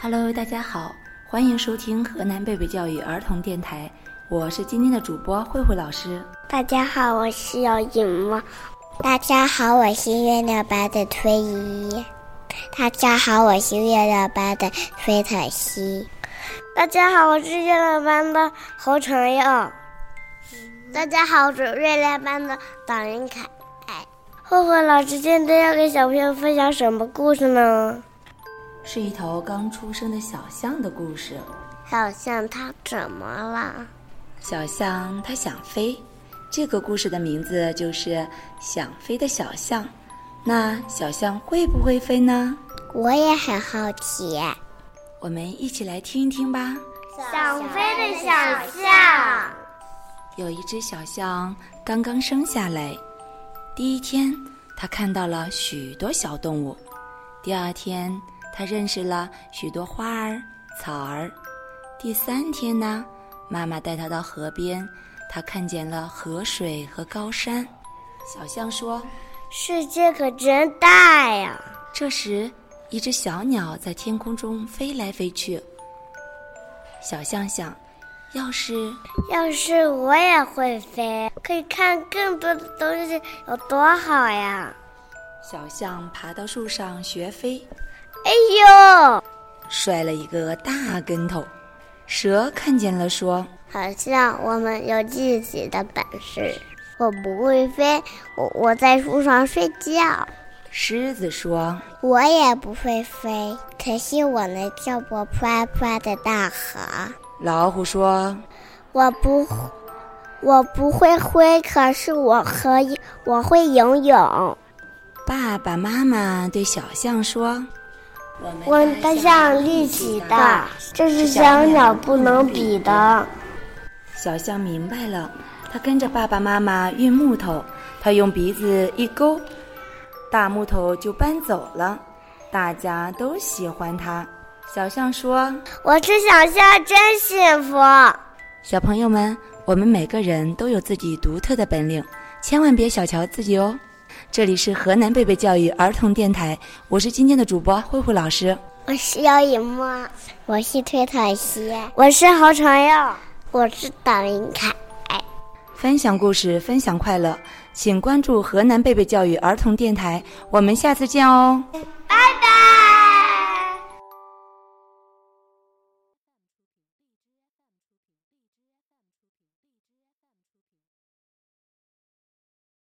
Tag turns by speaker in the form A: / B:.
A: Hello，大家好，欢迎收听河南贝贝教育儿童电台，我是今天的主播慧慧老师。
B: 大家好，我是姚颖梦。
C: 大家好，我是月亮班的崔依依。大家好，我是月亮班的崔可西。
D: 大家好，我是月亮班的侯成耀。
E: 大家好，我是月亮班的党云凯。
D: 慧慧老师今天要给小朋友分享什么故事呢？
A: 是一头刚出生的小象的故事。
E: 小象它怎么了？
A: 小象它想飞。这个故事的名字就是《想飞的小象》。那小象会不会飞呢？
C: 我也很好奇。
A: 我们一起来听一听吧。
F: 想飞的小象。
A: 有一只小象刚刚生下来。第一天，他看到了许多小动物；第二天，他认识了许多花儿、草儿；第三天呢，妈妈带他到河边，他看见了河水和高山。小象说：“
D: 世界可真大呀！”
A: 这时，一只小鸟在天空中飞来飞去。小象想。要是
D: 要是我也会飞，可以看更多的东西，有多好呀！
A: 小象爬到树上学飞，
D: 哎呦，
A: 摔了一个大跟头。蛇看见了，说：“
E: 好像我们有自己的本事。我不会飞，我我在树上睡觉。”
A: 狮子说：“
C: 我也不会飞，可惜我能跳过啪啪的大河。”
A: 老虎说：“
B: 我不，我不会飞，可是我可以，我会游泳。”
A: 爸爸妈妈对小象说：“
D: 我们的象力气大，这是小鸟不能比的。”
A: 小象明白了，它跟着爸爸妈妈运木头，它用鼻子一勾，大木头就搬走了。大家都喜欢它。小象说：“
D: 我是小象，真幸福。”
A: 小朋友们，我们每个人都有自己独特的本领，千万别小瞧自己哦。这里是河南贝贝教育儿童电台，我是今天的主播慧慧老师，
B: 我是姚以沫，
C: 我是推特西，
D: 我是侯长耀，
E: 我是党云凯。
A: 分享故事，分享快乐，请关注河南贝贝教育儿童电台，我们下次见哦。